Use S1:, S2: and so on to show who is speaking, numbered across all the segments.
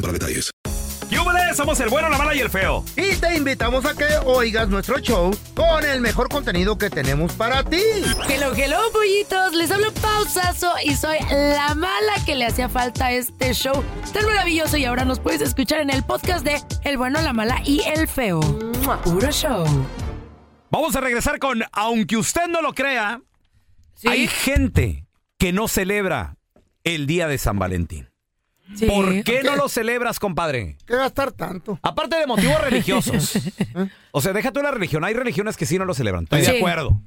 S1: para detalles.
S2: ¡Yúbales! Somos el bueno, la mala y el feo.
S3: Y te invitamos a que oigas nuestro show con el mejor contenido que tenemos para ti.
S4: Hello, hello, pollitos. Les hablo pausazo y soy la mala que le hacía falta a este show tan maravilloso. Y ahora nos puedes escuchar en el podcast de El bueno, la mala y el feo. Puro show.
S2: Vamos a regresar con, aunque usted no lo crea, hay gente que no celebra el día de San Valentín.
S3: Sí.
S2: ¿Por qué no
S3: Ok.
S2: lo celebras, compadre?
S3: ¿Qué gastar tanto?
S2: Aparte de motivos religiosos. O sea, déjate una religión. Hay religiones que sí no lo celebran. Estoy
S4: Sí.
S2: de acuerdo.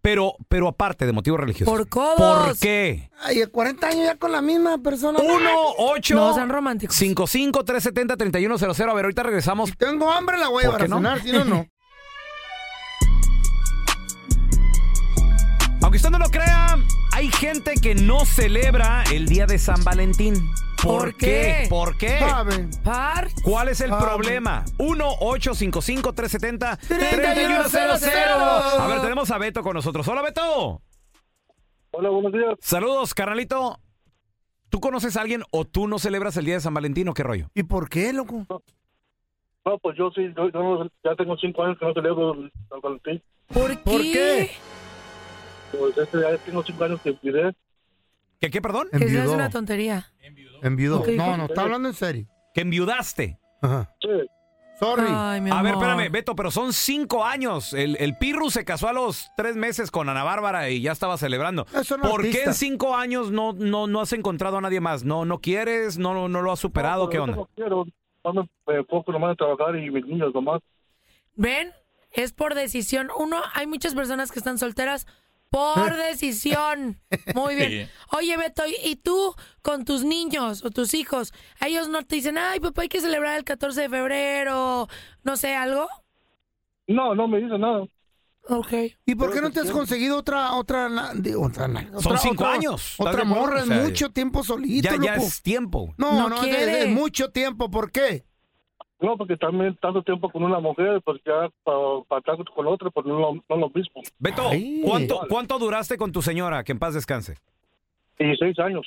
S2: Pero, pero aparte de motivos religiosos.
S4: Por codos.
S2: ¿Por qué?
S3: Ay, a 40 años ya con la misma persona.
S2: 1 8
S4: No sean románticos.
S2: 55 370 3100 A ver, ahorita regresamos.
S3: Tengo hambre, la voy a
S2: ¿Por qué no?
S3: cenar, si no, no.
S2: Aunque usted no lo crea, hay gente que no celebra el día de San Valentín. ¿Por,
S4: ¿Por qué?
S2: ¿Por qué?
S3: Saben.
S4: Par.
S2: ¿Cuál es el
S3: Ah,
S2: problema? 1-855-370-3100.
S3: 3100.
S2: A ver, tenemos a Beto con nosotros. Hola, Beto.
S5: Hola, buenos días.
S2: Saludos, carnalito. ¿Tú conoces a alguien o tú no celebras el día de San Valentín o qué rollo?
S3: ¿Y por qué, loco?
S5: No, pues yo sí, yo, yo no- ya tengo cinco años que no celebro el San Valentín.
S4: ¿Por qué?
S3: ¿Por qué?
S5: Pues este, ya tengo cinco años que olvidé.
S2: ¿Qué, qué perdón?
S4: Que se hace una tontería.
S3: Enviudó.
S4: ¿Qué dijo?
S3: No, no, está hablando en serio.
S2: Que enviudaste.
S3: Ajá.
S5: Sí,
S3: Sorry.
S4: Ay, mi
S2: A ver,
S4: amor.
S2: espérame, Beto, pero son cinco años. El, el Pirru se casó a los tres meses con Ana Bárbara y ya estaba celebrando.
S3: Es un
S2: ¿Por qué
S3: artista.
S2: en cinco años no, no, no has encontrado a nadie más? ¿No, no quieres? ¿No, no lo has superado?
S5: No,
S2: ¿Qué
S5: yo
S2: onda?
S5: No quiero, no me, me enfoco nomás en trabajar y mis niños nomás.
S4: ¿Ven? Es por decisión. Uno, hay muchas personas que están solteras por decisión. Muy bien. Oye, Beto, ¿y- ¿y tú con tus niños o tus hijos? ¿A ellos no te dicen, ay, papá, hay que celebrar el 14 de febrero? No sé, algo.
S5: No, no me dice nada.
S4: Ok.
S3: ¿Y por qué no te has conseguido otra, otra, na- de- otra, na-
S2: Son
S3: otra-
S2: cinco
S3: otra-
S2: años, ¿estás de
S3: Otra
S2: acuerdo?
S3: morra
S2: O
S3: es
S2: sea,
S3: mucho tiempo solito,
S2: Ya, ya
S3: loco.
S2: es tiempo.
S3: No,
S4: No
S3: no, es,
S4: quiere.
S3: es mucho tiempo. ¿Por qué?
S5: No, porque también tanto tiempo con una mujer, pues ya para estar con otra, pues no, lo- no lo mismo.
S2: Beto,
S3: Ay.
S2: ¿cuánto, ¿cuánto duraste con tu señora? Que en paz descanse.
S5: 16 años.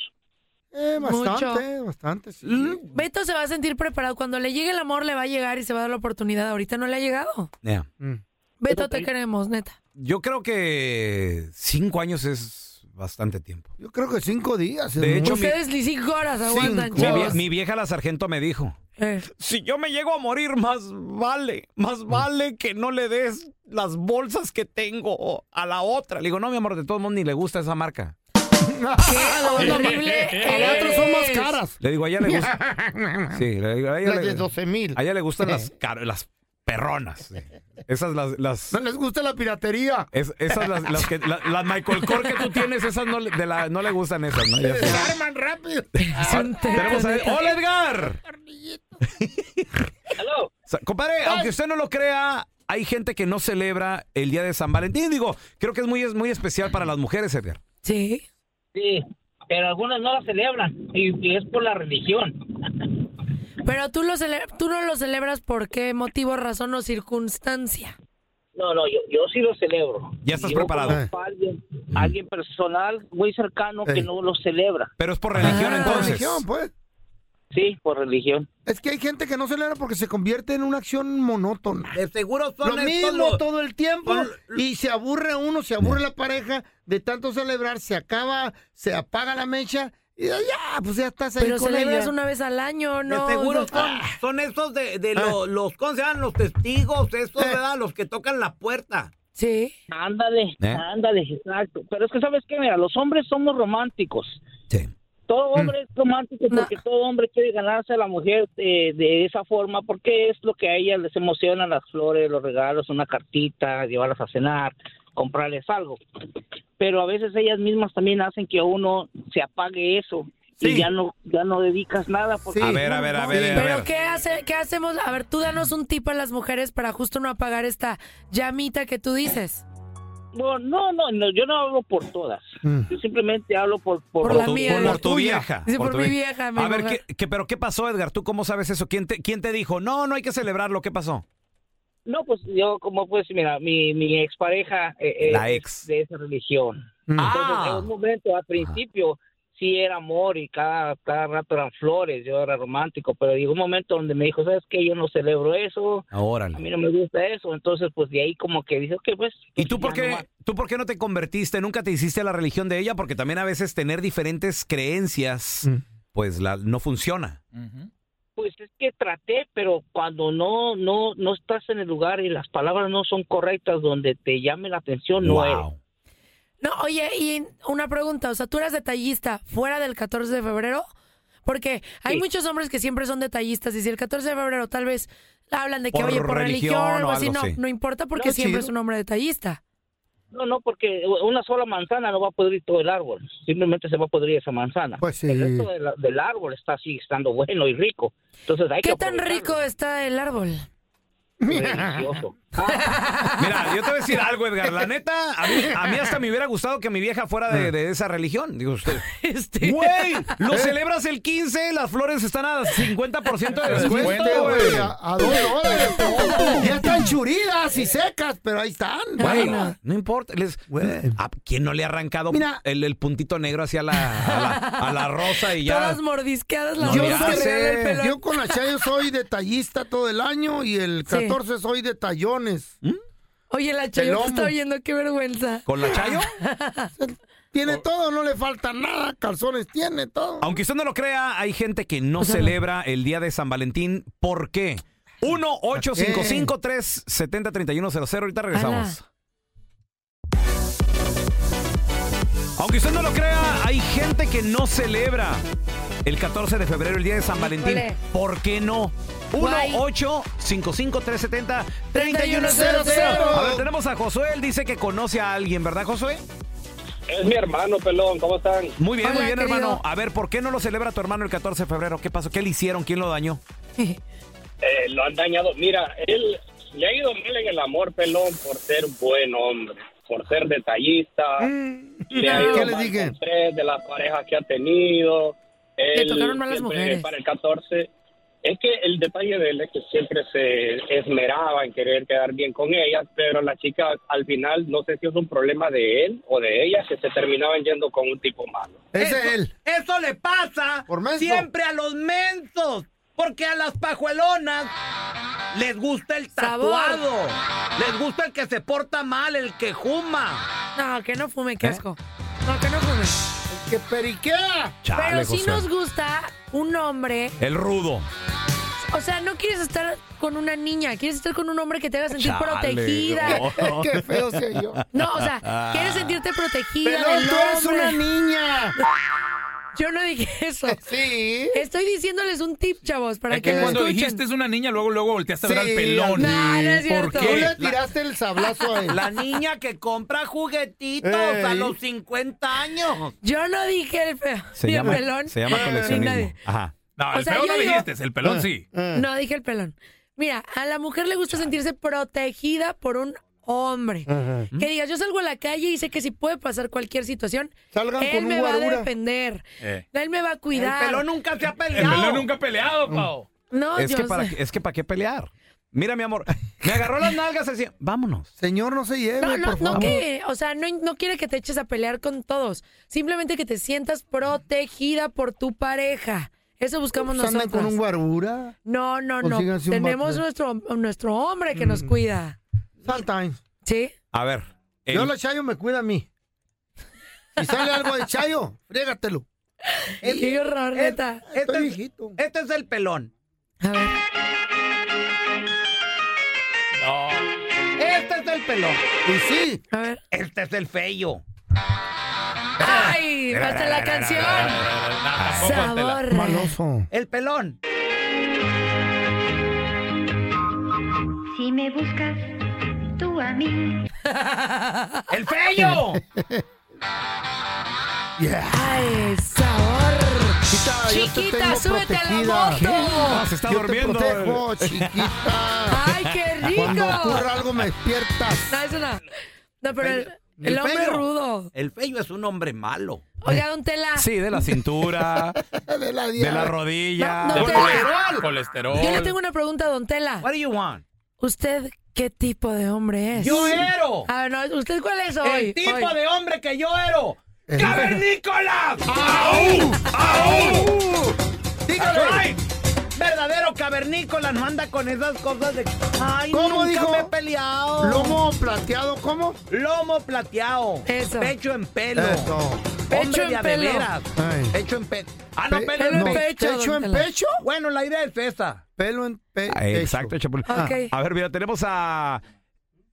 S3: Eh,
S4: Mucho.
S3: bastante, bastante. sí.
S4: Beto se va a sentir preparado. Cuando le llegue el amor, le va a llegar y se va a dar la oportunidad. Ahorita no le ha llegado.
S2: Yeah.
S3: Mm.
S4: Beto, te queremos, neta.
S2: Yo creo que cinco años es bastante tiempo.
S3: Yo creo que cinco días. es
S2: De
S3: mucho.
S2: hecho, mi-
S4: Ustedes ni cinco horas aguantan,
S3: Cinco.
S2: Mi, vie-
S4: chavos.
S2: mi vieja la sargento me dijo.
S4: Eh.
S2: Si yo me llego a morir, más vale, más vale que no le des las bolsas que tengo a la otra. Le digo, no, mi amor, de todo mundo ni le gusta esa marca.
S4: Qué horrible.
S3: Las otras son más
S4: eres.
S3: caras.
S2: Le digo, a ella le gusta. Sí, le digo, a ella
S3: Las de
S2: le,
S3: 12 mil.
S2: a ella le gustan las, car- las perronas. sí. Esas las, las-
S3: No les gusta la piratería.
S2: es- esas las, las que la- las Michael Kors que tú tienes, esas no le, de la- no le gustan esas, ¿no? Ya
S3: Se
S2: sé.
S3: arman rápido.
S4: Son tetas,
S2: Tenemos a-
S4: neta.
S2: ¡Hola, Edgar! O sea, compadre, aunque usted no lo crea, hay gente que no celebra el día de San Valentín. Digo, creo que es muy, es muy especial para las mujeres, Edgar.
S4: Sí.
S6: Sí, pero algunos no lo celebran y, y es por la religión.
S4: Pero tú, lo cele- tú no lo celebras por qué motivo, razón o circunstancia.
S6: No, no, yo, yo sí lo celebro.
S2: Ya estás
S6: Yo
S2: preparado.
S6: conozco a alguien, alguien personal muy cercano
S3: Ey.
S6: que no lo celebra.
S2: Pero es por religión,
S4: Ah,
S2: entonces.
S3: Religión, pues.
S6: Sí, por religión.
S3: Es que hay gente que no celebra porque se convierte en una acción monótona.
S2: De seguro son
S3: Lo
S2: estos
S3: mismo
S2: los-
S3: todo el tiempo
S2: son-
S3: y se aburre uno, se aburre la pareja de tanto celebrar, se acaba, se apaga la mecha y ya, ya, pues ya estás ahí
S4: Pero
S3: con
S4: celebras
S3: ella.
S4: una vez al año,
S2: de
S4: ¿no?
S2: seguro
S4: no-
S2: son, son estos de, de lo- los, ¿cómo se llaman? Los testigos, estos,
S3: Ah. Eh.
S2: ¿verdad? Los que tocan la puerta.
S4: Sí.
S6: Ándale, Ah.
S2: ¿Eh?
S6: ándale, exacto. Pero es que, ¿sabes qué? Mira, los hombres somos románticos.
S2: Sí. Mm.
S6: Todo hombre es romántico
S4: No.
S6: porque todo hombre quiere ganarse a la mujer eh, de esa forma porque es lo que a ella les emociona, las flores, los regalos, una cartita, llevarlas a cenar, comprarles algo. Pero a veces ellas mismas también hacen que uno se apague eso
S2: Sí.
S6: y ya no ya no dedicas nada porque
S3: Sí.
S2: A ver, a ver, a ver, a ver.
S4: Pero ¿qué, hace, ¿qué hacemos? A ver, tú danos un tip a las mujeres para justo no apagar esta llamita que tú dices.
S6: no, no, no, no, yo no hablo por todas. Yo simplemente hablo por por,
S4: Por la mía,
S2: por,
S4: la
S2: por tu
S4: tuya.
S2: vieja.
S4: Sí, por
S2: tu
S4: mi
S2: vie-
S4: vieja, mi
S2: A ver,
S4: mujer.
S2: ¿qué, qué- pero ¿qué pasó, Edgar? ¿Tú cómo sabes eso? ¿Quién te, quién te dijo? No, no hay que celebrarlo. ¿Qué pasó?
S6: No, pues yo como pues mira, mi mi expareja eh, eh,
S2: La
S6: es
S2: ex. Mm.
S6: de esa religión. Entonces, en un momento, al principio, sí era amor y cada, cada rato eran flores, yo era romántico, pero llegó un momento donde me dijo, ¿sabes qué? Yo no celebro eso, a mí
S2: Órale.
S6: no me gusta eso, entonces pues de ahí como que dije, ok, pues...
S2: ¿Y
S6: pues,
S2: tú
S6: ya
S2: por, qué,
S6: nomás".
S2: tú por qué no te convertiste? ¿Nunca te hiciste a la religión de ella? Porque también a veces tener diferentes creencias,
S3: Mm.
S2: pues la, no funciona.
S6: Pues es que traté, pero cuando no, no, no estás en el lugar y las palabras no son correctas donde te llame la atención, no eres.
S2: Wow.
S4: No, oye, y una pregunta, o sea, tú eras detallista fuera del 14 de febrero, porque hay
S6: Sí.
S4: muchos hombres que siempre son detallistas y si el 14 de febrero tal vez hablan de que,
S2: Por
S4: oye, por religión,
S2: religión
S4: o
S2: o
S4: algo así,
S2: algo,
S4: no,
S2: sí.
S4: no importa porque
S3: No,
S4: siempre
S3: chido.
S4: es un hombre detallista.
S6: No, no, porque una sola manzana no va a podrir todo el árbol, simplemente se va a podrir esa manzana.
S3: Pues sí.
S6: El resto de la- del árbol está así, estando bueno y rico. Entonces, hay que
S4: ¿Qué tan
S6: aprovecharlo.
S4: rico está el árbol?
S6: Religioso.
S2: Mira, yo te voy a decir algo, Edgar. La neta, a mí, a mí hasta me hubiera gustado que mi vieja fuera de, de esa religión. Digo, usted.
S4: Ah. Este,
S2: Güey, lo
S3: Eh.
S2: celebras el 15, las flores están a 50% de descuento,
S3: Descuento, güey,
S2: güey.
S3: a, a dos dólares. Ya están churidas y secas, pero ahí están.
S2: Güey,
S3: Bueno.
S2: no importa. Les,
S3: Güey.
S2: ¿A quién no le ha arrancado
S3: Mira.
S2: el, el puntito negro hacia la, a la, a la rosa y ya?
S4: todas mordisqueadas las
S2: No,
S3: Yo,
S2: le
S3: soy-
S2: hace.
S4: del pelo.
S3: yo con la Chayo soy detallista todo el año y el
S4: Sí.
S3: 14 soy de tallones.
S4: Oye, la Chayo te
S3: lomo.
S4: está oyendo, qué vergüenza.
S2: ¿Con la Chayo?
S3: Tiene todo, no le falta nada, calzones tiene todo.
S2: Aunque usted no lo crea, hay gente que no
S4: O sea, no.
S2: celebra el día de San Valentín. ¿Por qué? 1-855-370-3100. Ahorita regresamos. Aunque usted no lo crea, hay gente que no celebra el 14 de febrero, el día de San Valentín.
S4: Híjole.
S2: ¿Por qué no?
S4: Guay.
S2: 1-855-370-3100. A ver, tenemos a Josué. Él dice que conoce a alguien, ¿verdad, Josué?
S7: Es mi hermano, pelón, ¿cómo están?
S2: Muy bien,
S4: Hola,
S2: muy bien,
S4: querido.
S2: hermano. A ver, ¿por qué no lo celebra tu hermano el 14 de febrero? ¿Qué pasó? ¿Qué le hicieron? ¿Quién lo dañó?
S7: Eh, lo han dañado. Mira, él le ha ido mal en el amor, pelón, por ser buen hombre, por ser detallista. Le ha
S3: Mm. ¿qué
S7: ido
S3: les
S7: mal
S3: dije?
S7: con tres de las parejas que ha tenido.
S4: Le
S7: Él
S4: tocaron mal las
S7: siempre
S4: mujeres.
S7: Para el 14. Es que el detalle de él es que siempre se esmeraba en querer quedar bien con ella, pero la chica al final, no sé si es un problema de él o de ella, que se terminaban yendo con un tipo malo.
S3: Ese es él.
S2: Eso le pasa
S3: Por menso.
S2: siempre a los mensos. Porque a las pajuelonas les gusta el
S4: Sabor.
S2: tatuado. Les gusta el que se porta mal, el que juma.
S4: No, que no fume,
S2: ¿Eh?
S4: qué asco. No, que no fume.
S3: Que periquea.
S4: Pero sí nos gusta un hombre
S2: El rudo.
S4: O sea, no quieres estar con una niña, quieres estar con un hombre que te haga sentir
S2: Chale,
S4: protegida.
S2: no.
S3: Qué feo soy yo.
S4: No, o sea, quieres sentirte protegida
S3: Pelón,
S4: del
S3: tú eres
S4: hombre.
S3: una niña.
S4: Yo no dije eso.
S3: Sí.
S4: Estoy diciéndoles un tip, chavos, para
S8: Es
S4: que,
S8: que
S4: lo
S8: cuando
S4: escuchen.
S8: dijiste es una niña, luego luego volteaste a ver
S3: Sí,
S8: al pelón.
S4: No, no es
S8: ¿Por
S4: cierto.
S3: Tú
S8: qué?
S3: le tiraste el sablazo a él.
S2: La niña que compra juguetitos a
S3: Ey.
S2: los 50 años.
S4: Yo no dije el feo. ni el pelón. ni nadie.
S2: Ajá.
S8: No,
S4: O
S8: el
S4: sea,
S8: pelón
S4: yo
S8: no
S4: digo-
S8: dijiste, el
S3: Ah.
S8: pelón sí.
S4: No dije el pelón. Mira, a la mujer le gusta sentirse protegida por un hombre.
S8: ¿Mm?
S4: Que digas, yo salgo a la calle y sé que si puede pasar cualquier situación,
S3: Salgan
S4: él
S3: con un
S4: me va a
S3: guarura.
S4: defender.
S8: Eh.
S4: Él me va a
S2: El
S4: cuidar.
S2: pelón nunca se ha
S8: El
S2: peleado.
S8: pelón nunca ha peleado, Pao.
S4: Mm. No,
S2: Es
S4: yo
S2: que, para,
S4: sé.
S2: es que para qué pelear. Mira, mi amor, me agarró las nalgas así. Vámonos.
S3: Señor, no se lleve,
S4: No, no,
S3: por
S4: no
S3: favor.
S4: que, o sea, no, no quiere que te eches a pelear con todos. Simplemente que te sientas protegida por tu pareja. Eso buscamos
S3: Pues andan
S4: nosotros.
S3: con un guarura.
S4: No, no, no.
S3: Consíganse un Mm.
S4: Tenemos
S3: butler.
S4: nuestro, nuestro hombre que nos cuida.
S3: Sometimes.
S4: ¿Sí?
S8: A ver. el-
S3: Yo la Chayo me cuida a mí. Si sale algo de Chayo, frégatelo.
S4: Qué horror, neta.
S3: Estoy viejito.
S8: Este es el pelón.
S4: A ver.
S2: No.
S8: Este es el pelón.
S3: Y sí,
S4: A ver.
S8: Este es el feyo. Ah.
S4: ¡Ay! ¡Basta la canción! ¡Sabor!
S3: maloso.
S8: El pelón.
S9: Si me buscas, tú a mí.
S8: El feyo.
S4: ¡Ay, sabor!
S3: Chiquita, yo te
S4: Chiquita,
S3: tengo
S4: súbete a la
S3: protegida.
S4: moto. No,
S2: Ah, se está
S3: yo
S2: durmiendo.
S3: Te protejo, chiquita.
S4: ¡Ay, qué
S3: Cuando ocurra
S4: rico!
S3: algo me despiertas.
S4: No, eso no. No, pero el,
S8: El
S4: el hombre
S8: pelo.
S4: rudo.
S8: El feyo es un hombre malo.
S4: Oiga, don Tela.
S2: Sí, de la cintura,
S3: De la
S2: de la
S3: diabla.
S2: rodilla,
S4: No, no,
S2: del
S4: te-
S2: colesterol. colesterol.
S4: Yo le tengo una pregunta, don Tela.
S8: What do you want?
S4: ¿Usted qué tipo de hombre es?
S8: Yo ero.
S4: A ver, no, ¿usted cuál es hoy?
S8: El tipo
S4: Hoy.
S8: de hombre que yo ero.
S3: El-
S8: ¡Cavernícola!
S3: ¡Au! ¡Au! Dígale.
S8: Alright. Verdadero cavernícola no anda con esas cosas de. Ay,
S3: ¿Cómo
S8: nunca
S3: dijo?
S8: me he peleado.
S3: Lomo plateado, ¿cómo?
S8: Lomo plateado.
S4: Eso.
S8: Pecho en pelo.
S3: Eso.
S8: Hombre
S4: Pecho en
S8: de a de
S4: pelo.
S8: veras.
S3: Ay.
S8: Pecho en pelo. Ah, no,
S3: Pe-
S8: pelo en
S4: no.
S8: pecho.
S4: pecho,
S3: ¿Pecho
S4: don
S3: en
S4: Tela.
S3: pecho?
S8: Bueno, la idea es esa.
S3: Pelo en pe-
S2: Ah,
S3: pecho.
S2: Exacto, Chapulín.
S4: Ok.
S2: A ver, mira, tenemos a.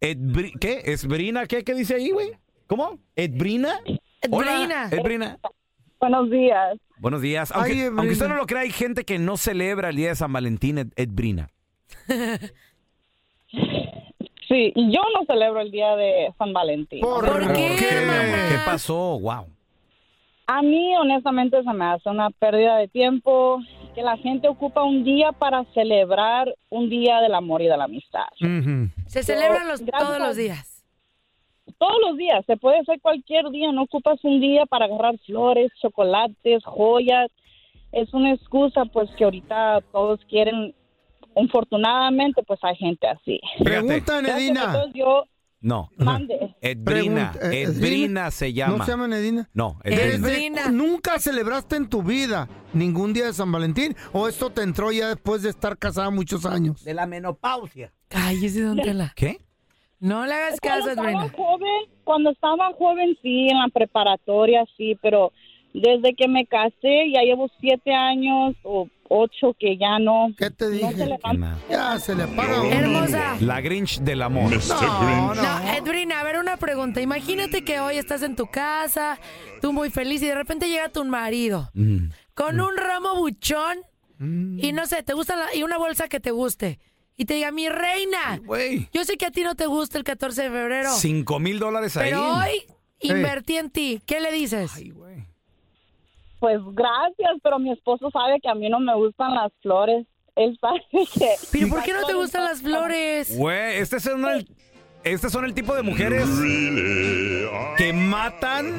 S2: Edbri- ¿Qué? ¿Esbrina? ¿Qué? ¿Qué dice ahí, güey? ¿Cómo? ¿Edbrina? Hola,
S4: Brina.
S2: Edbrina.
S10: Buenos días.
S2: Buenos días.
S3: Ay,
S2: Aunque,
S3: Edbrina.
S2: aunque usted no lo crea, hay gente que no celebra el día de San Valentín, Ed- Edbrina.
S10: Sí, y yo no celebro el día de San Valentín.
S4: ¿Por qué, hermana?
S2: ¿Qué pasó? Wow.
S10: A mí, honestamente, se me hace una pérdida de tiempo que la gente ocupa un día para celebrar un día del amor y de la amistad.
S3: Ujú.
S4: Se celebran los,
S10: Gracias.
S4: todos los días.
S10: Todos los días, se puede hacer cualquier día, no ocupas un día para agarrar flores, chocolates, joyas. Es una excusa, pues, que ahorita todos quieren. Infortunadamente, pues hay gente así.
S3: Pregunta,
S10: Gracias a
S3: Nedina.
S10: Dios, yo
S2: No.
S10: mande.
S2: Edbrina.
S3: Pregunta- eh,
S2: Edbrina se llama.
S3: ¿No se llama Nedina?
S2: No,
S4: ¿Eres
S2: Edbrina.
S3: ¿Desde
S4: Brina.
S3: cu- ¿Nunca celebraste en tu vida ningún día de San Valentín? ¿O esto te entró ya después de estar casada muchos años?
S8: De la menopausia.
S4: Cállese, don Tela.
S2: ¿Qué?
S4: No le hagas caso,
S10: cuando estaba
S4: Edwina.
S10: joven, cuando estaba joven sí, en la preparatoria sí, pero desde que me casé ya llevo siete años o ocho que ya no.
S3: ¿Qué te
S10: No se
S3: dije?
S10: le-
S2: Qué mal.
S3: Ya se le apaga uno.
S4: Hermosa.
S2: La Grinch del amor.
S3: No,
S4: No,
S3: no.
S4: Edwina, a ver una pregunta. Imagínate que hoy estás en tu casa, tú muy feliz, y de repente llega tu marido
S2: Mm.
S4: con un ramo buchón y no sé, te gusta la- y una bolsa que te guste. Y te diga, mi reina,
S2: Güey.
S4: yo sé que a ti no te gusta el 14 de febrero,
S2: Cinco mil dólares ahí.
S4: pero hoy invertí en ti. ¿Qué le dices?
S2: Ay, güey.
S10: Pues gracias, pero mi esposo sabe que a mí no me gustan las flores. Él sabe que...
S4: ¿Pero por qué no te gustan las flores?
S2: Güey, este es una- Estas son el tipo de mujeres que matan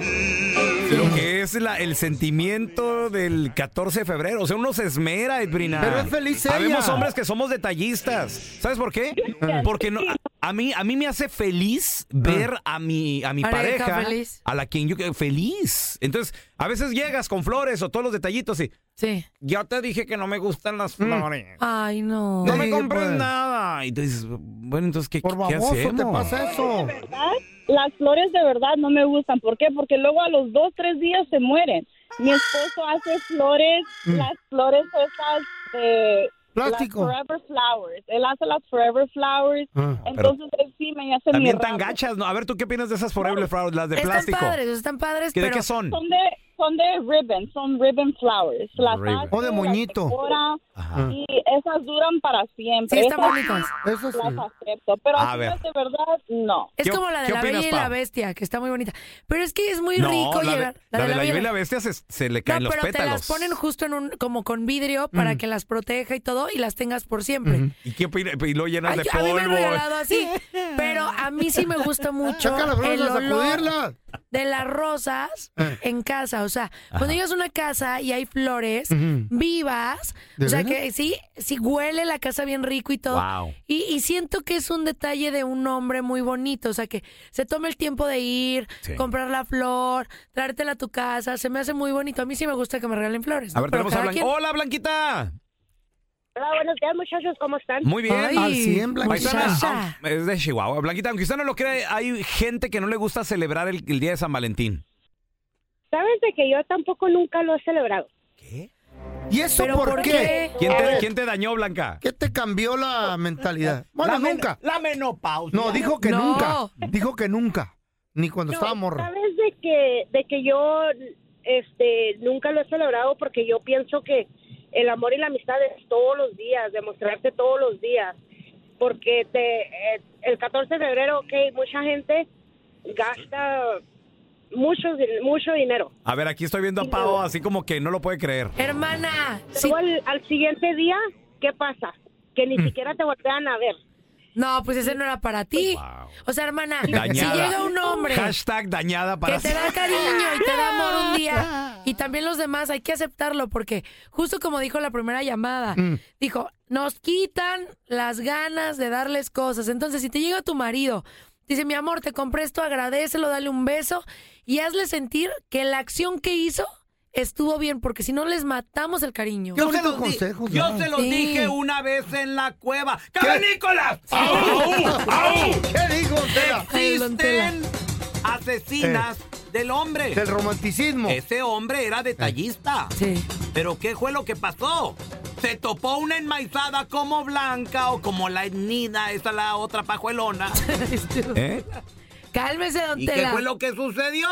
S2: lo que es la- el sentimiento del 14 de febrero. O sea, uno se esmera, Edbrina.
S3: Pero es feliz ella.
S2: Habemos hombres que somos detallistas. ¿Sabes por qué? Porque no, a, mí, a mí me hace feliz
S3: Ah.
S2: ver a mi, a mi
S4: Pareja
S2: pareja,
S4: feliz.
S2: a la quien yo... Feliz. Entonces, a veces llegas con flores o todos los detallitos y...
S4: Sí.
S2: Ya te dije que no me gustan las
S3: Mm.
S2: flores.
S4: Ay, no.
S2: Mm. No
S3: Sí,
S2: me compres
S3: pues.
S2: nada. Y tú dices, bueno, entonces, ¿qué,
S3: Por
S2: ¿qué
S3: baboso
S2: hacemos?
S3: te pasa eso.
S10: ¿verdad? Las flores de verdad no me gustan. ¿Por qué? Porque luego a los dos, tres días se mueren. Mi esposo hace flores,
S2: Mm.
S10: las flores esas de...
S3: Plástico.
S10: Las Forever Flowers. Él hace las Forever Flowers.
S3: Ah.
S10: Entonces él sí me hace mi
S2: También tan
S10: ramo.
S2: gachas, ¿no? A ver, ¿tú qué opinas de esas forever flowers, las de
S4: Están
S2: plástico?
S4: padres, están padres,
S2: ¿Que ¿De
S4: pero...
S2: qué son?
S10: Son de, son de ribbon, son ribbon flowers. Las
S2: Ribbon.
S10: hace,
S3: O de
S10: las
S3: moñito.
S10: decora,
S2: Ajá.
S10: y esas duran para siempre.
S4: Sí, están
S10: Esas
S4: bonitas.
S3: Eso sí.
S10: las acepto, pero
S2: A
S10: así
S2: ver.
S10: es de verdad, no.
S4: Es
S2: ¿Qué-
S4: como la de
S2: qué
S4: la
S2: opinas,
S4: Bella y la
S2: Pau?
S4: Bestia, que está muy bonita. Pero es que es muy rico
S2: no, la,
S4: llegar.
S2: de, la de la Bella y la Bestia se, se le caen
S4: No,
S2: los
S4: pero te
S2: pétalos. Mm.
S4: las ponen justo en un, como con vidrio para que las proteja y todo y las tengas por siempre.
S2: ¿Y qué opinas? Y lo llenas
S4: Ay,
S2: de
S4: a mí me han
S2: polvo.
S4: regalado así, pero a mí sí me gusta mucho
S3: Chaca las
S4: el
S3: flores a
S4: olor
S3: sacudirlas.
S9: Eh.
S4: de las rosas en casa. O sea, cuando llegas a una casa y hay flores
S9: Ujú.
S4: vivas,
S9: ¿De
S4: o sea
S9: veras?
S4: que sí, sí huele la casa bien rico y todo.
S9: Guau.
S4: Y, y siento que es un detalle de un hombre muy bonito. O sea que se toma el tiempo de ir,
S2: Sí.
S4: comprar la flor, traértela a tu casa. Se me hace muy bonito. A mí sí me gusta que me regalen flores.
S2: A
S4: ¿no?
S2: ver,
S4: Pero
S2: tenemos a
S4: cada
S2: Blanquita.
S4: quien-
S2: Hola, Blanquita.
S11: Hola, buenos días, muchachos, ¿cómo están?
S2: Muy bien. Paisana,
S11: Muchacha.
S2: aunque- Es de Chihuahua. Blanquita, aunque usted no lo crea, hay gente que no le gusta celebrar el, el día de San Valentín.
S11: Sabes de que yo tampoco nunca lo he celebrado.
S3: ¿Y eso
S11: ¿Pero
S3: por,
S11: por
S3: qué?
S11: qué?
S2: ¿Quién te, quién te dañó, Blanca?
S3: ¿Qué te cambió la mentalidad? Bueno,
S2: La men-
S3: nunca.
S2: la menopausia.
S3: No, dijo que
S2: No.
S3: nunca. Dijo que nunca. Ni cuando
S11: No,
S3: estaba morra.
S11: Sabes de que, de que yo este, nunca lo he celebrado porque yo pienso que el amor y la amistad es todos los días, demostrarte todos los días. Porque te, eh, el 14 de febrero, ok, mucha gente gasta mucho, mucho dinero.
S2: A ver, aquí estoy viendo a Pau así como que no lo puede creer.
S4: Hermana.
S11: Luego al, al siguiente día, ¿qué pasa? Que
S2: Mm.
S11: ni siquiera te voltean a ver.
S4: No, pues ese no era para ti. O sea, hermana,
S2: Dañada.
S4: si llega un hombre
S2: Hashtag dañada para
S4: que te da cariño y te da amor un día y también los demás, hay que aceptarlo porque justo como dijo la primera llamada,
S9: Mm.
S4: dijo, nos quitan las ganas de darles cosas. Entonces, si te llega tu marido, dice, mi amor, te compré esto, agradecelo, dale un beso y hazle sentir que la acción que hizo estuvo bien porque si no les matamos el cariño.
S2: Yo se los di- yo se los dije una vez en la cueva. ¡Cavernícolas! ¡Au, au, au!
S3: ¿Qué dijo? Ay, don Tela.
S2: Existen asesinas del hombre.
S3: Del romanticismo.
S2: Ese hombre era detallista.
S4: Eh. Sí.
S2: Pero ¿qué fue lo que pasó? Se topó una enmaizada como blanca o como la etnida, esa la otra pajuelona.
S3: ¿Eh?
S4: Cálmese, don
S2: ¿Y
S4: Tela.
S2: qué fue lo que sucedió?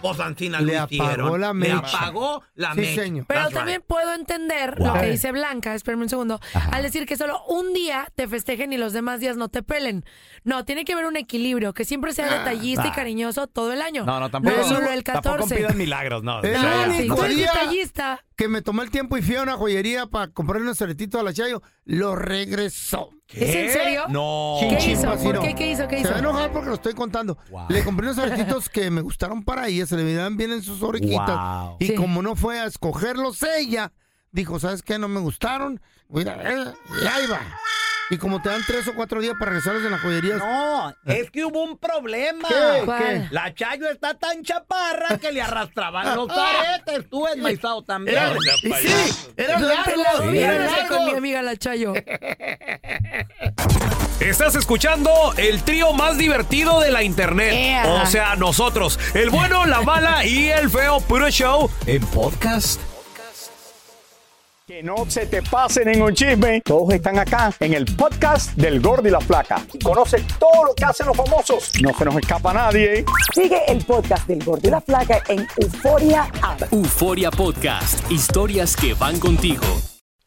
S2: Pues Antina
S3: Le
S2: lo hicieron.
S3: apagó la
S2: Le
S3: mecha.
S2: apagó la
S3: Sí,
S2: mecha.
S3: señor.
S4: Pero
S2: That's right.
S4: también puedo entender
S2: Wow.
S4: lo que dice Blanca, espérame un segundo, al decir que solo un día te festejen y los demás días no te pelen. No, tiene que haber un equilibrio, que siempre sea detallista y
S2: ah.
S4: cariñoso todo el año.
S2: No, no, tampoco.
S4: No es solo el
S2: Tampoco
S4: 14.
S2: pidas milagros, no.
S3: El
S2: O sea, ya.
S3: único
S4: Tú eres
S3: día
S4: detallista.
S3: que me tomé el tiempo y fui a una joyería para comprarle unos soletitos a la Chayo, lo regresó.
S4: ¿Es en serio?
S2: No.
S4: ¿Qué
S3: Chin, chin,
S4: hizo?
S3: así
S4: ¿Por
S3: no.
S4: qué? ¿Qué hizo? ¿Qué
S3: Se
S4: hizo?
S3: va a enojar porque lo estoy contando. Le compré unos soletitos que me gustaron para ella, se le miraban bien en sus orejitas.
S2: Wow.
S3: Y como no fue a escogerlos ella, dijo, ¿sabes qué? No me gustaron. Voy a ir a ver", Y ahí va. Y como te dan tres o cuatro días para regresarlos en la joyería.
S2: No, es que hubo un problema.
S3: ¿Qué? ¿Cuál?
S2: La Chayo está tan chaparra que le arrastraban los
S8: Ah.
S2: aretes. Tú enmaizado también.
S9: Era- y sí,
S4: Don Tela,
S2: Sí.
S4: gobiérnese con mi amiga la Chayo.
S8: Estás escuchando el trío más divertido de la internet.
S4: Ea.
S8: O sea, nosotros, el bueno, la mala y el feo puro show en podcast.
S7: Que no se te pase ningún chisme. Todos están acá en el podcast del Gordi y la Flaca. Conoce todo lo que hacen los famosos. No se nos escapa nadie. Sigue el podcast del Gordi y la Flaca en Euforia
S12: Euforia Podcast, historias que van contigo.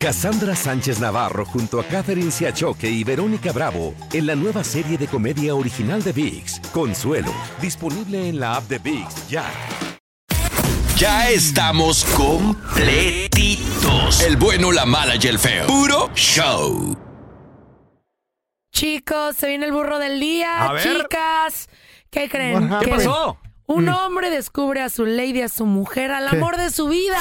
S13: Cassandra Sánchez Navarro junto a Catherine Siachoque y Verónica Bravo en la nueva serie de comedia original de VIX, Consuelo, disponible en la app de VIX ya.
S14: Ya estamos completitos. El bueno, la mala y el feo. Puro show.
S4: Chicos, se viene el burro del día.
S14: A ver.
S4: Chicas, ¿qué creen?
S14: What
S4: Que
S14: happened? ¿Qué pasó?
S4: Un
S14: Mm.
S4: hombre descubre a su lady, a su mujer, al
S8: ¿Qué?
S4: amor de su vida.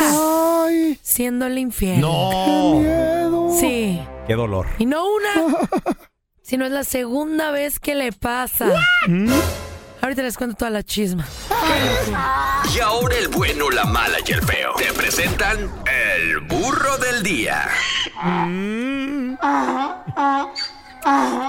S4: Siéndole infiel.
S8: No. ¡Qué
S4: Sí.
S8: Qué dolor.
S4: Y no una, sino es la segunda vez que le pasa.
S3: Mm.
S4: Ahorita les cuento toda la chisma.
S14: Y ahora el bueno, la mala y el feo. Te presentan el burro del día.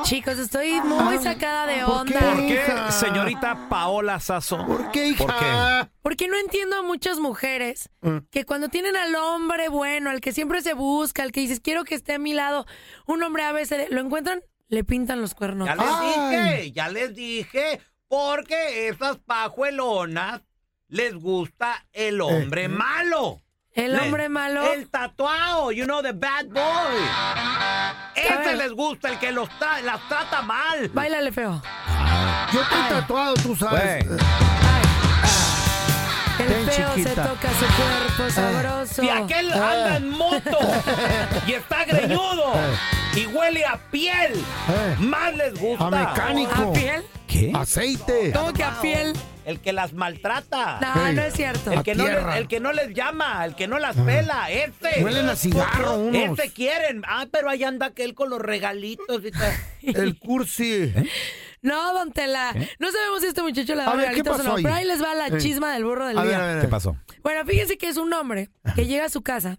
S4: Chicos, estoy
S3: Ah.
S4: muy sacada de onda.
S8: ¿Por qué, señorita Paola Sazo? ¿Por qué, hija? ¿Por qué?
S4: Porque no entiendo a muchas mujeres
S8: Mm.
S4: que cuando tienen al hombre bueno, al que siempre se busca, al que dices, quiero que esté a mi lado, un hombre ABCD, lo encuentran, le pintan los cuernos.
S8: Ya les dije, ya les dije, porque esas pajuelonas les gusta el hombre malo.
S4: El
S8: Le-
S4: hombre malo.
S8: El tatuado, you know, the bad boy. Ese les gusta, el que los tra- las trata mal.
S4: Báilale feo.
S3: Yo estoy tatuado, tú sabes.
S4: El
S3: Ven,
S4: feo se
S3: chiquita.
S4: toca su cuerpo sabroso.
S8: Si aquel anda en moto y está greñudo y huele a piel, más les gusta.
S3: A mecánico.
S8: ¿A piel?
S3: ¿Qué? Aceite.
S4: ¿Cómo que a piel?
S8: oh. El que las maltrata.
S4: No, no es cierto.
S8: El
S4: A
S8: que, no les,
S4: tierra.
S8: el que no les llama, el que no las pela, este.
S3: Ah. Huelen a cigarro unos.
S8: Este quieren. Ah, pero ahí anda aquel con los regalitos y tal.
S3: El cursi.
S4: No, don Tela.
S3: ¿Eh?
S4: No sabemos si este muchacho le
S3: A
S4: da
S3: ver, ¿qué
S4: regalitos o
S3: pasó
S4: no.
S3: ahí?
S4: Pero ahí les va la
S3: Eh.
S4: chisma del burro del
S3: A ver,
S4: día.
S3: a ver, a ver. ¿Qué pasó?
S4: Bueno, fíjense que es un hombre que llega a su casa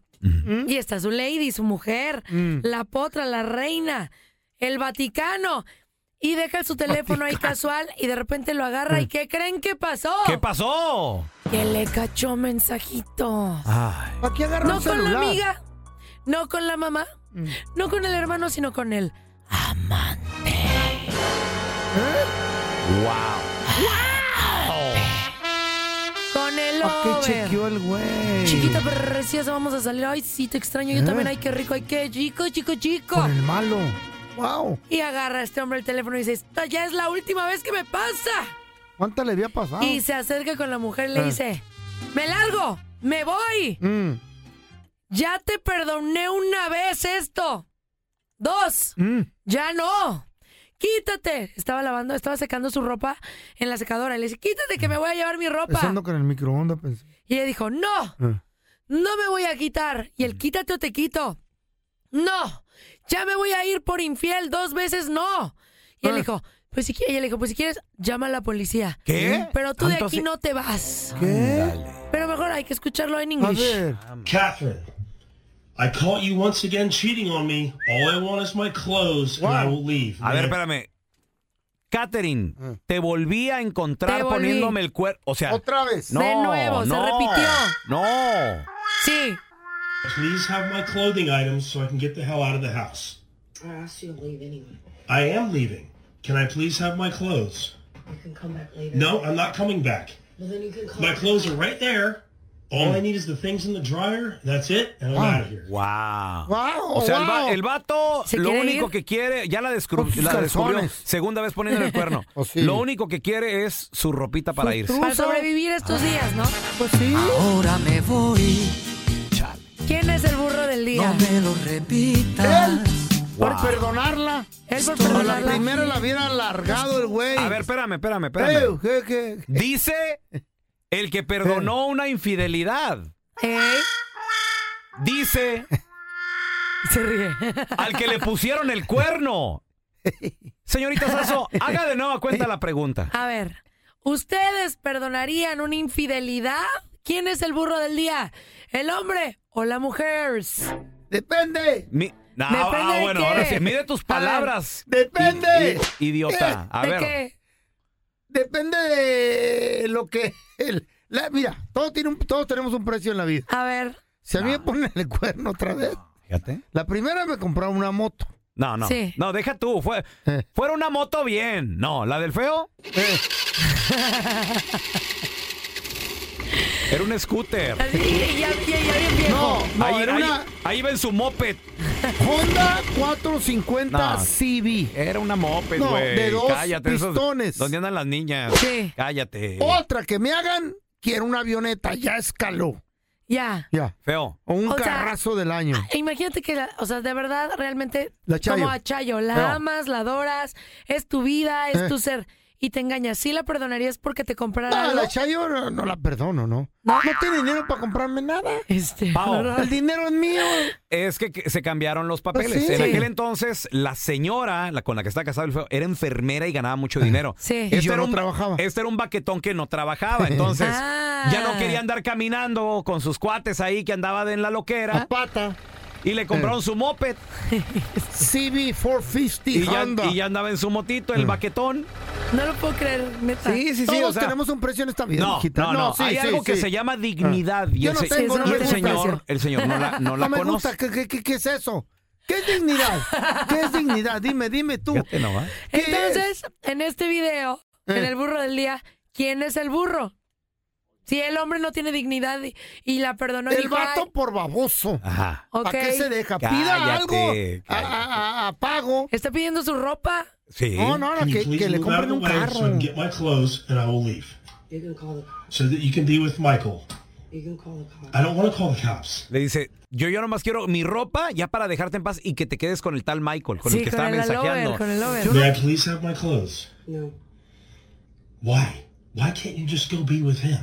S4: y está su lady, su mujer,
S9: Mm.
S4: la potra, la reina, el Vaticano. Y deja su teléfono ahí casual y de repente lo agarra.
S3: Mm.
S4: ¿Y qué creen que pasó?
S8: ¿Qué pasó?
S4: Que le cachó mensajitos.
S8: Ay.
S3: ¿Para qué agarró
S4: No
S3: un
S4: con la
S3: celular? Mm.
S4: amiga, no con la mamá, no con el hermano, sino con él. Con el
S3: ¿A qué
S4: over.
S3: chequeó el güey?
S4: Chiquita preciosa, vamos a salir. Ay, sí, te extraño. Yo
S3: ¿Eh?
S4: también. Ay, qué rico. Ay, qué chico, chico, chico.
S3: Con el malo. Wow.
S4: Y agarra a este hombre el teléfono y dice, esta ya es la última vez que me pasa.
S3: ¿Cuánta le había pasado?
S4: Y se acerca con la mujer y le
S3: Eh.
S4: dice, me largo, me voy.
S3: Mm.
S4: Ya te perdoné una vez esto. Dos,
S3: Mm.
S4: ya no. Quítate. Estaba lavando, estaba secando su ropa en la secadora. Y le dice, quítate que me voy a llevar mi ropa.
S3: Pensando con el microondas, pensé.
S4: Y ella dijo, no,
S3: Ah.
S4: no me voy a quitar. Y
S3: Mm.
S4: el quítate o te quito. No, ya me voy a ir por infiel dos veces, no. Y
S3: Ah.
S4: él dijo, pues si quieres, ella le dijo, pues si quieres, llama a la policía.
S8: ¿Qué?
S4: Pero tú de
S8: ¿Tanto
S4: aquí
S8: así?
S4: no te vas.
S8: ¿Qué?
S4: Pero mejor hay que escucharlo en
S15: A
S4: inglés.
S15: ver. Catherine, I caught you once again cheating on me. All I want is my clothes, and I will leave.
S8: A ver, espérame.
S3: Mm.
S8: Catherine, Ah. te volví a encontrar
S4: Te volví.
S8: poniéndome el cuerpo. O sea.
S3: Otra vez.
S8: No,
S4: De nuevo, se
S8: no,
S4: repitió.
S8: No.
S4: Sí.
S15: Please have my clothing items so I can get the hell out of the house.
S9: I asked you to leave anyway.
S15: I am leaving. Can I please have my clothes?
S9: You can come back later.
S15: No, I'm not coming back.
S9: Well, then you can call.
S15: My clothes are right there. All
S3: Mm.
S15: I need is the things in the dryer. That's it, and I'm out of here.
S8: Wow.
S3: Wow.
S8: O sea, el, va-
S15: wow.
S8: el vato
S15: ¿Se
S8: lo
S15: quiere
S8: único
S15: ir?
S8: que quiere, ya la, descru-
S3: Con sus
S8: la descubrió,
S3: calzones.
S8: segunda vez poniéndole el cuerno.
S3: Pues sí.
S8: Lo único que quiere es su ropita para irse.
S4: Para sobrevivir estos días, ¿no?
S3: Pues sí.
S8: Ahora me voy.
S4: ¿Quién es el burro del día? No me lo repitas.
S3: Él, por perdonarla.
S4: Él
S3: por
S4: perdonarla.
S3: A la primera la hubiera alargado el güey.
S8: A ver, espérame, espérame, espérame.
S3: Ey, ¿qué, qué?
S8: Dice el que perdonó una infidelidad. Dice
S4: Se ríe.
S8: al que le pusieron el cuerno. Señorita Sasso, haga de nueva cuenta la pregunta.
S4: A ver, ¿ustedes perdonarían una infidelidad? ¿Quién es el burro del día? ¿El hombre o la mujer?
S3: Depende.
S8: Mi- No,
S4: Depende
S8: ah,
S4: de
S8: bueno,
S4: qué.
S8: ahora sí, mide tus
S3: A ver,
S8: palabras.
S3: depende. Eh,
S8: I- i- idiota. A
S3: ¿De
S8: ver.
S3: qué? Depende de lo que. el- la- mira, todo tiene un- todos tenemos un precio en la vida.
S4: A ver.
S3: Si a mí me ponen el cuerno otra vez.
S8: Fíjate.
S3: La primera me compraron una moto.
S8: No, no.
S3: Sí.
S8: No, deja tú. Fue,
S2: Eh.
S3: Eh.
S8: fuera una moto bien. No, la del feo.
S2: Era un scooter.
S4: Así, y ya, ya, ya bien viejo.
S3: No, no,
S2: ahí,
S3: era
S2: ahí-
S3: una
S2: ahí iba en su moped.
S3: Honda 450
S2: No.
S3: CB.
S2: Era una moped, pues, güey.
S3: No, de dos
S2: Cállate, esos-
S3: pistones.
S2: ¿Dónde andan las niñas?
S3: Sí.
S2: Cállate.
S3: Otra que me hagan, quiero una avioneta, ya escaló.
S4: Ya.
S3: Ya.
S2: Feo.
S3: O un
S4: O sea,
S3: carrazo del año.
S4: Imagínate que, la- o sea, de verdad, realmente,
S3: La Chayo.
S4: como a Chayo, la
S3: No.
S4: amas, la adoras, es tu vida, es
S3: Eh.
S4: tu ser, y te engañas. ¿Sí la perdonarías porque te comprara
S3: No,
S4: algo?
S3: Ah, la Chayo no, no la perdono, ¿no? No, tiene dinero para comprarme nada.
S4: Este,
S2: Pao.
S3: El dinero es mío.
S2: Es que que se cambiaron los papeles.
S3: Pues sí.
S2: En
S3: Sí.
S2: aquel entonces, la señora la con la que está casado el feo era enfermera y ganaba mucho dinero.
S4: Sí. Y
S2: Este
S4: yo
S2: era
S4: no
S2: un, trabajaba. Este era un baquetón que no trabajaba. Entonces,
S3: Ah.
S2: ya no quería andar caminando con sus cuates ahí que andaba de en la loquera.
S3: pata. Eh.
S2: Y le compraron su moped.
S3: CB450
S2: Y ya,
S3: Honda. Eh.
S2: y ya andaba en su motito, el baquetón.
S4: No lo puedo creer, neta.
S2: Sí, sí, sí,
S3: Todos
S2: o sea-
S3: tenemos un precio en esta vida,
S2: No,
S3: mijita.
S2: no, no.
S3: sí,
S2: Hay
S3: sí,
S2: algo que
S3: sí. Ah.
S2: se llama dignidad. Y
S3: Yo
S2: el
S3: no
S2: se-
S3: tengo, no
S2: y el
S3: tengo precio.
S2: señor, el señor no la, no la
S3: me
S2: conoce.
S3: gusta. ¿Qué, qué- qué- qué es eso? ¿Qué es dignidad? ¿Qué es dignidad? Dime, dime tú.
S2: Fíjate nomás.
S3: ¿Qué
S4: Entonces, en este video,
S3: Eh.
S4: en el burro del día, ¿quién es el burro? Si el hombre no tiene dignidad y, y la perdonó.
S3: El
S4: dijo,
S3: vato
S4: "Ay,
S3: por baboso.
S2: Ajá.
S3: ¿Para qué
S4: Ok.
S3: se deja? Pida
S2: Cállate,
S3: algo a, a- a- a pago.
S4: Está pidiendo su ropa.
S2: Sí.
S3: No, no, no,
S15: Can you
S3: que,
S15: please
S3: que le
S15: move out
S3: compren
S15: of the
S3: un
S15: way so I
S3: carro.
S15: can get my clothes and I will leave
S9: You're gonna call the
S15: so that you can be with Michael.
S9: you're gonna call the cops.
S15: I don't want to call the cops.
S2: Le dice, yo yo nomás quiero mi ropa ya para dejarte en paz y que te quedes con el tal Michael, con
S4: Sí,
S2: el que
S4: con
S2: estaba
S4: el
S2: mensajeando.
S4: lover, con el lover.
S15: May I please have my clothes?
S9: No.
S15: Why? Why can't you just go be with him?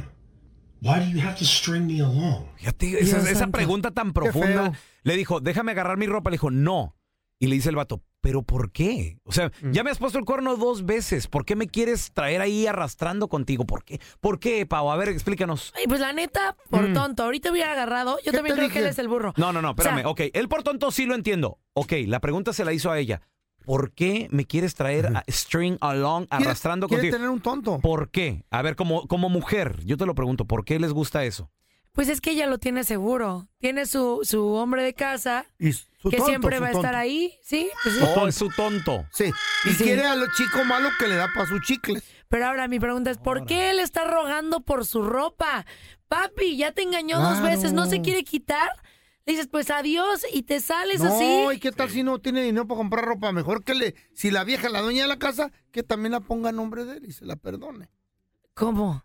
S15: Why do you have to string me along?
S2: Fíjate, esa,
S15: Dios
S2: esa
S15: santo.
S2: pregunta tan
S15: feo.
S2: profunda. Le dijo, déjame agarrar mi ropa. Le dijo, no. Y le dice el vato, ¿pero por qué? O sea, ya me has puesto el cuerno dos veces. ¿Por qué me quieres traer ahí arrastrando contigo? ¿Por qué? ¿Por qué, Pau? A ver, explícanos.
S4: Ay, pues la neta, por
S2: Mm.
S4: tonto, ahorita hubiera agarrado. Yo también
S2: te
S4: creo que
S2: dije?
S4: él es el burro.
S2: No, no, no, espérame.
S4: O sea,
S2: ok, él por tonto sí lo entiendo. Ok, la pregunta se la hizo a ella. ¿Por qué me quieres traer a- string along arrastrando
S3: quiere
S2: contigo?
S3: tener un tonto.
S2: ¿Por qué? A ver, como, como mujer, yo te lo pregunto, ¿por qué les gusta eso?
S4: Pues es que ella lo tiene seguro. Tiene su, su hombre de casa
S2: Y
S4: que siempre va a estar ahí, ¿sí? Pues sí.
S2: Oh, es su tonto.
S3: Sí. Y
S4: Sí.
S3: quiere a los chicos malos que le da para sus chicles.
S4: Pero ahora mi pregunta es, ¿por qué él está rogando por su ropa? Papi, ya te engañó dos
S3: Claro.
S4: veces, no se quiere quitar. Le dices, pues adiós y te sales así.
S3: No, ¿y qué tal si no tiene dinero para comprar ropa? Mejor que le, si la vieja, la dueña de la casa, que también la ponga a nombre de él y se la perdone.
S4: ¿Cómo?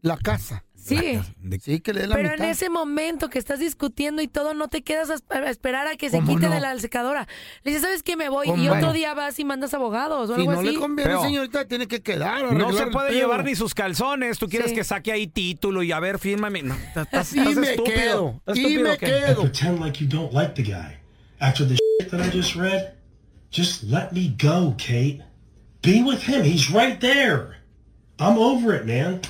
S3: La casa.
S4: Sí.
S3: Sí, que le dé la
S4: Pero en
S3: mitad.
S4: ese momento que estás discutiendo y todo, no te quedas a esp- a esperar a que se
S3: ¿Cómo
S4: quite
S3: no?
S4: de la secadora. Le dices, ¿sabes qué? Me voy.
S3: ¿Cómo
S4: Y otro
S3: no?
S4: día vas y mandas abogados o
S3: Si
S4: algo
S3: no
S4: así.
S3: le conviene,
S2: Feo.
S3: señorita, tiene que quedar.
S2: No
S3: arreglar
S2: se
S3: el
S2: puede
S3: pedo.
S2: llevar ni sus calzones. Tú quieres
S3: Sí.
S2: que saque ahí título y a ver, fírmame. No, estás, estás
S3: Y me
S2: estúpido.
S3: quedo,
S2: Estás
S3: y
S2: estúpido,
S3: me
S2: ¿o qué?
S15: And pretend like you don't like the guy. After the shit that I just read, just let me go, Kate. Be with him. He's right there. I'm over it, man.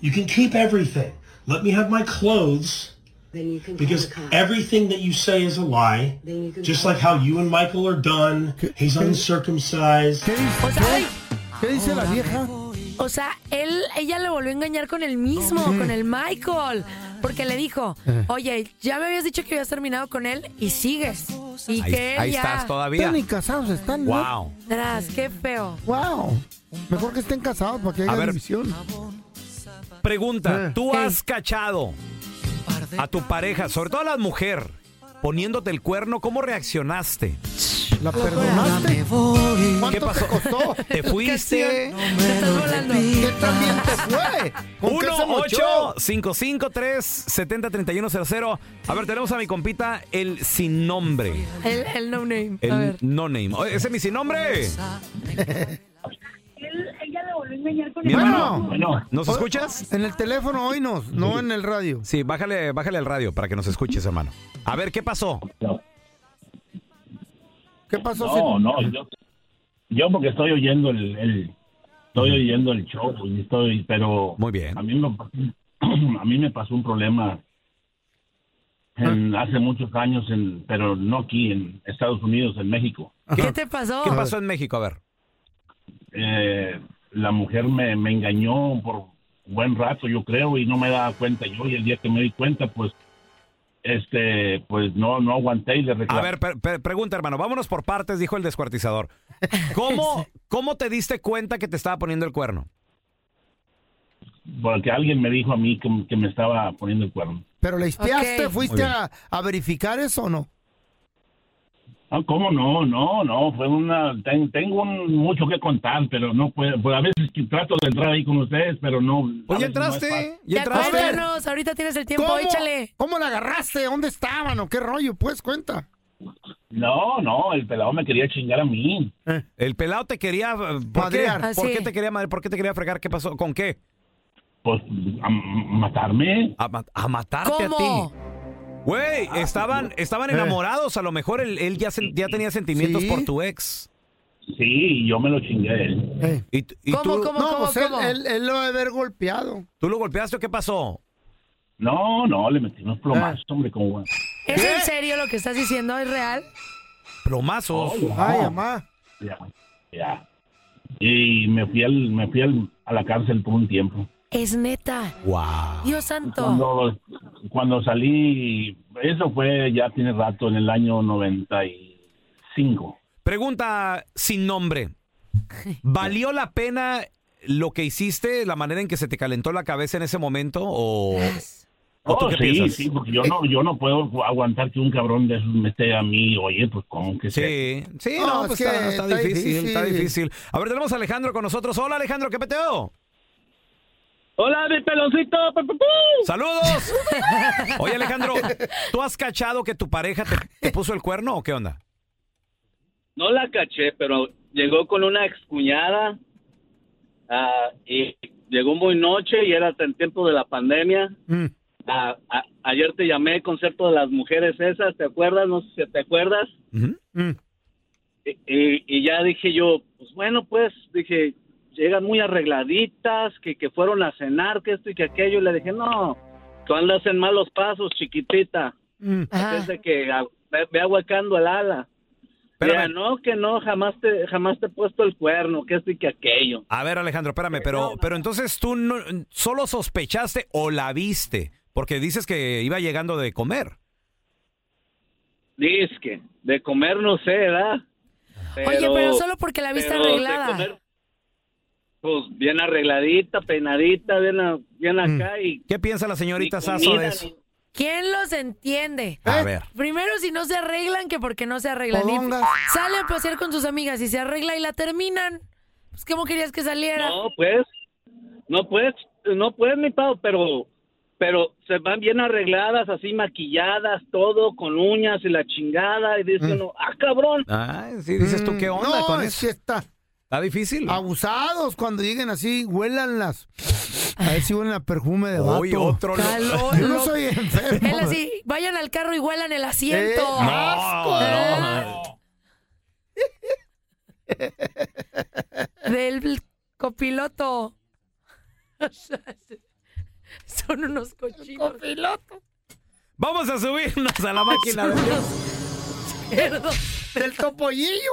S15: You can keep everything. Let me have my clothes
S9: Then you can
S15: because
S9: call the cops.
S15: everything that you say is a lie.
S9: Then you can
S15: Just
S9: call
S15: like how you and Michael are done. He's uncircumcised.
S4: O sea, ay,
S3: ¿Qué dice la vieja?
S4: o sea, él, ella le volvió a engañar con el mismo, con el Michael. Porque le dijo,
S3: Eh.
S4: oye, ya me habías dicho que habías terminado con él y sigues. Y
S2: Ahí,
S4: que
S2: ahí
S4: ella-
S2: estás todavía.
S3: Están ni casados, están. ¿no?
S2: Wow.
S4: Tras, qué feo.
S3: Wow. Mejor que estén casados para que haya
S2: ver.
S3: división.
S2: Pregunta,
S3: Eh.
S2: ¿tú
S3: Hey.
S2: has cachado a tu pareja, sobre todo a la mujer, poniéndote el cuerno? ¿Cómo reaccionaste?
S3: ¿La perdonaste? ¿Cuánto
S2: ¿Qué pasó?
S3: te costó?
S2: ¿Te fuiste?
S3: Te estás volando. ¿Qué también te fue? ¿Con qué se mochó?
S2: 1-8-553-703100. A ver, tenemos a mi compita, el sin nombre.
S4: El, el no name. A
S2: El
S4: ver.
S2: no name. Oye, ¿Ese es mi sin nombre?
S11: ella le volvió a engañar con
S2: Mi hermano.
S3: Bueno.
S2: ¿Nos escuchas?
S3: En el teléfono hoy no, no en el radio.
S2: Sí, bájale, bájale al radio para que nos escuches, hermano. A ver, ¿qué pasó?
S3: ¿Qué pasó?
S16: No,
S3: si-
S16: no, yo, yo porque estoy oyendo el, el- estoy oyendo el show, y estoy, pero
S2: muy bien.
S16: A mí me, a mí me pasó un problema en- hace muchos años, en, pero no aquí en Estados Unidos, en México.
S4: ¿Qué te pasó?
S2: ¿Qué pasó en México? A ver.
S16: Eh, la mujer me, me engañó por buen rato, yo creo, y no me daba cuenta yo. Y el día que me di cuenta, pues, este, pues no, no aguanté y le reclamé.
S2: A ver, per- per- pregunta, hermano. Vámonos por partes, dijo el descuartizador. ¿Cómo, ¿Cómo te diste cuenta que te estaba poniendo el cuerno?
S16: porque alguien me dijo a mí que, que me estaba poniendo el cuerno.
S3: ¿Pero le espiaste?
S16: Ok. Muy
S3: ¿Fuiste
S16: bien.
S3: a, a verificar eso o no?
S16: Ah, ¿cómo no? No, no, fue una... ten- tengo un- mucho que contar, pero no puedo... Pues a veces que trato de entrar ahí con ustedes, pero no... a veces no es fácil.
S4: ya cuéntanos, ahorita tienes el tiempo,
S3: ¿Cómo?
S4: échale.
S3: ¿Cómo la agarraste? ¿Dónde estaban o qué rollo? Pues cuenta.
S16: No, no, el pelado me quería chingar a mí.
S2: El pelado te quería... eh, ¿Por qué?
S16: Madrear.
S2: ¿Por
S16: Así.
S2: qué te quería madre? ¿Por qué te quería fregar? ¿Qué pasó? ¿Con qué?
S16: Pues a matarme.
S2: A, matarte a ti. Güey, estaban, estaban
S16: eh.
S2: enamorados. A lo mejor él, él ya, sen- ya tenía sentimientos
S16: Sí.
S2: por tu ex.
S16: Sí, yo me lo chingué a él.
S2: ¿Y, t- y tú,
S3: Eh. no, pues él- Él, él lo debe haber golpeado.
S2: tú lo golpeaste o qué pasó?
S16: No, no, le metí unos plomazos, hombre, como...
S4: ¿Es en serio lo que estás diciendo? ¿Es real?
S2: Plomazos.
S16: Ay,
S3: mamá.
S16: Ya, ya. Y me fui, al, me fui al- a la cárcel por un tiempo.
S4: Es neta.
S2: Wow.
S4: Dios santo.
S16: Cuando, cuando salí, eso fue ya tiene rato, en el año 95.
S2: Pregunta sin nombre. ¿Valió la pena lo que hiciste, la manera en que se te calentó la cabeza en ese momento? ¿O, o tú
S16: Oh,
S2: qué
S16: sí,
S2: piensas? Eh.
S16: sí, porque yo no, yo no puedo aguantar que un cabrón de esos me esté a mí, oye, pues como que
S2: sí. Sí, no, pues está, está difícil, está difícil. A ver, tenemos a Alejandro con nosotros. Hola, Alejandro, ¿qué peteo?
S17: Hola, mi peloncito.
S2: ¡Saludos! Oye, Alejandro, ¿tú has cachado que tu pareja te, te puso el cuerno o qué onda?
S17: No la caché, pero llegó con una excuñada ah, y llegó muy noche y era hasta en tiempo de la pandemia. Ah, a- ayer te llamé al concierto de las mujeres esas, ¿te acuerdas? No sé si te acuerdas. Y, y- Eh, y ya dije yo, pues bueno, pues dije, llegan muy arregladitas, que, que fueron a cenar, que esto y que aquello. Y le dije, no, tú andas en malos pasos, chiquitita.
S4: Ah.
S17: Así es de que a- ve, ve ahuecando el ala. Ya, no, que no, jamás te, jamás te he puesto el cuerno, que esto y que aquello.
S2: A ver, Alejandro,
S17: Eh,
S2: espérame, pero, pero entonces tú no- solo sospechaste o la viste, porque dices que iba llegando de comer.
S17: Dice que de comer no sé, ¿verdad?
S4: Oye, pero solo porque la viste
S17: pero de
S4: arreglada.
S17: comer, pues bien arregladita, peinadita, bien, a- bien acá y...
S2: Mm. ¿Qué piensa la señorita
S17: Sasso
S2: Sasso de eso?
S4: ¿Quién los entiende?
S17: ¿Eh?
S2: A ver.
S4: Primero, si no se arreglan, que porque no se arreglan. Y
S17: Podongas.
S4: Sale a pasear con sus amigas y se arregla y la terminan. Pues, ¿cómo querías que saliera?
S17: No, pues, no puedes, no puedes, mi pavo, pero, pero se van bien arregladas, así maquilladas, todo, con uñas y la chingada, y dice uno, ah, cabrón.
S2: Ah, sí, dices tú, ¿qué onda
S3: Mm, no,
S2: con
S3: es
S2: eso?
S3: que está.
S2: Está difícil.
S3: Abusados cuando lleguen así, huélanlas. A ver si huelen a perfume de vato.
S2: Uy, otro lo-
S3: Calor, Yo no
S2: lo-
S3: soy enfermo.
S4: Él así, vayan al carro y huelan el asiento.
S3: Eh, no, asco.
S4: Ah, Del copiloto. O sea, Son unos cochinos. Copiloto.
S2: Vamos a subirnos a la máquina. de-
S3: Del topollillo.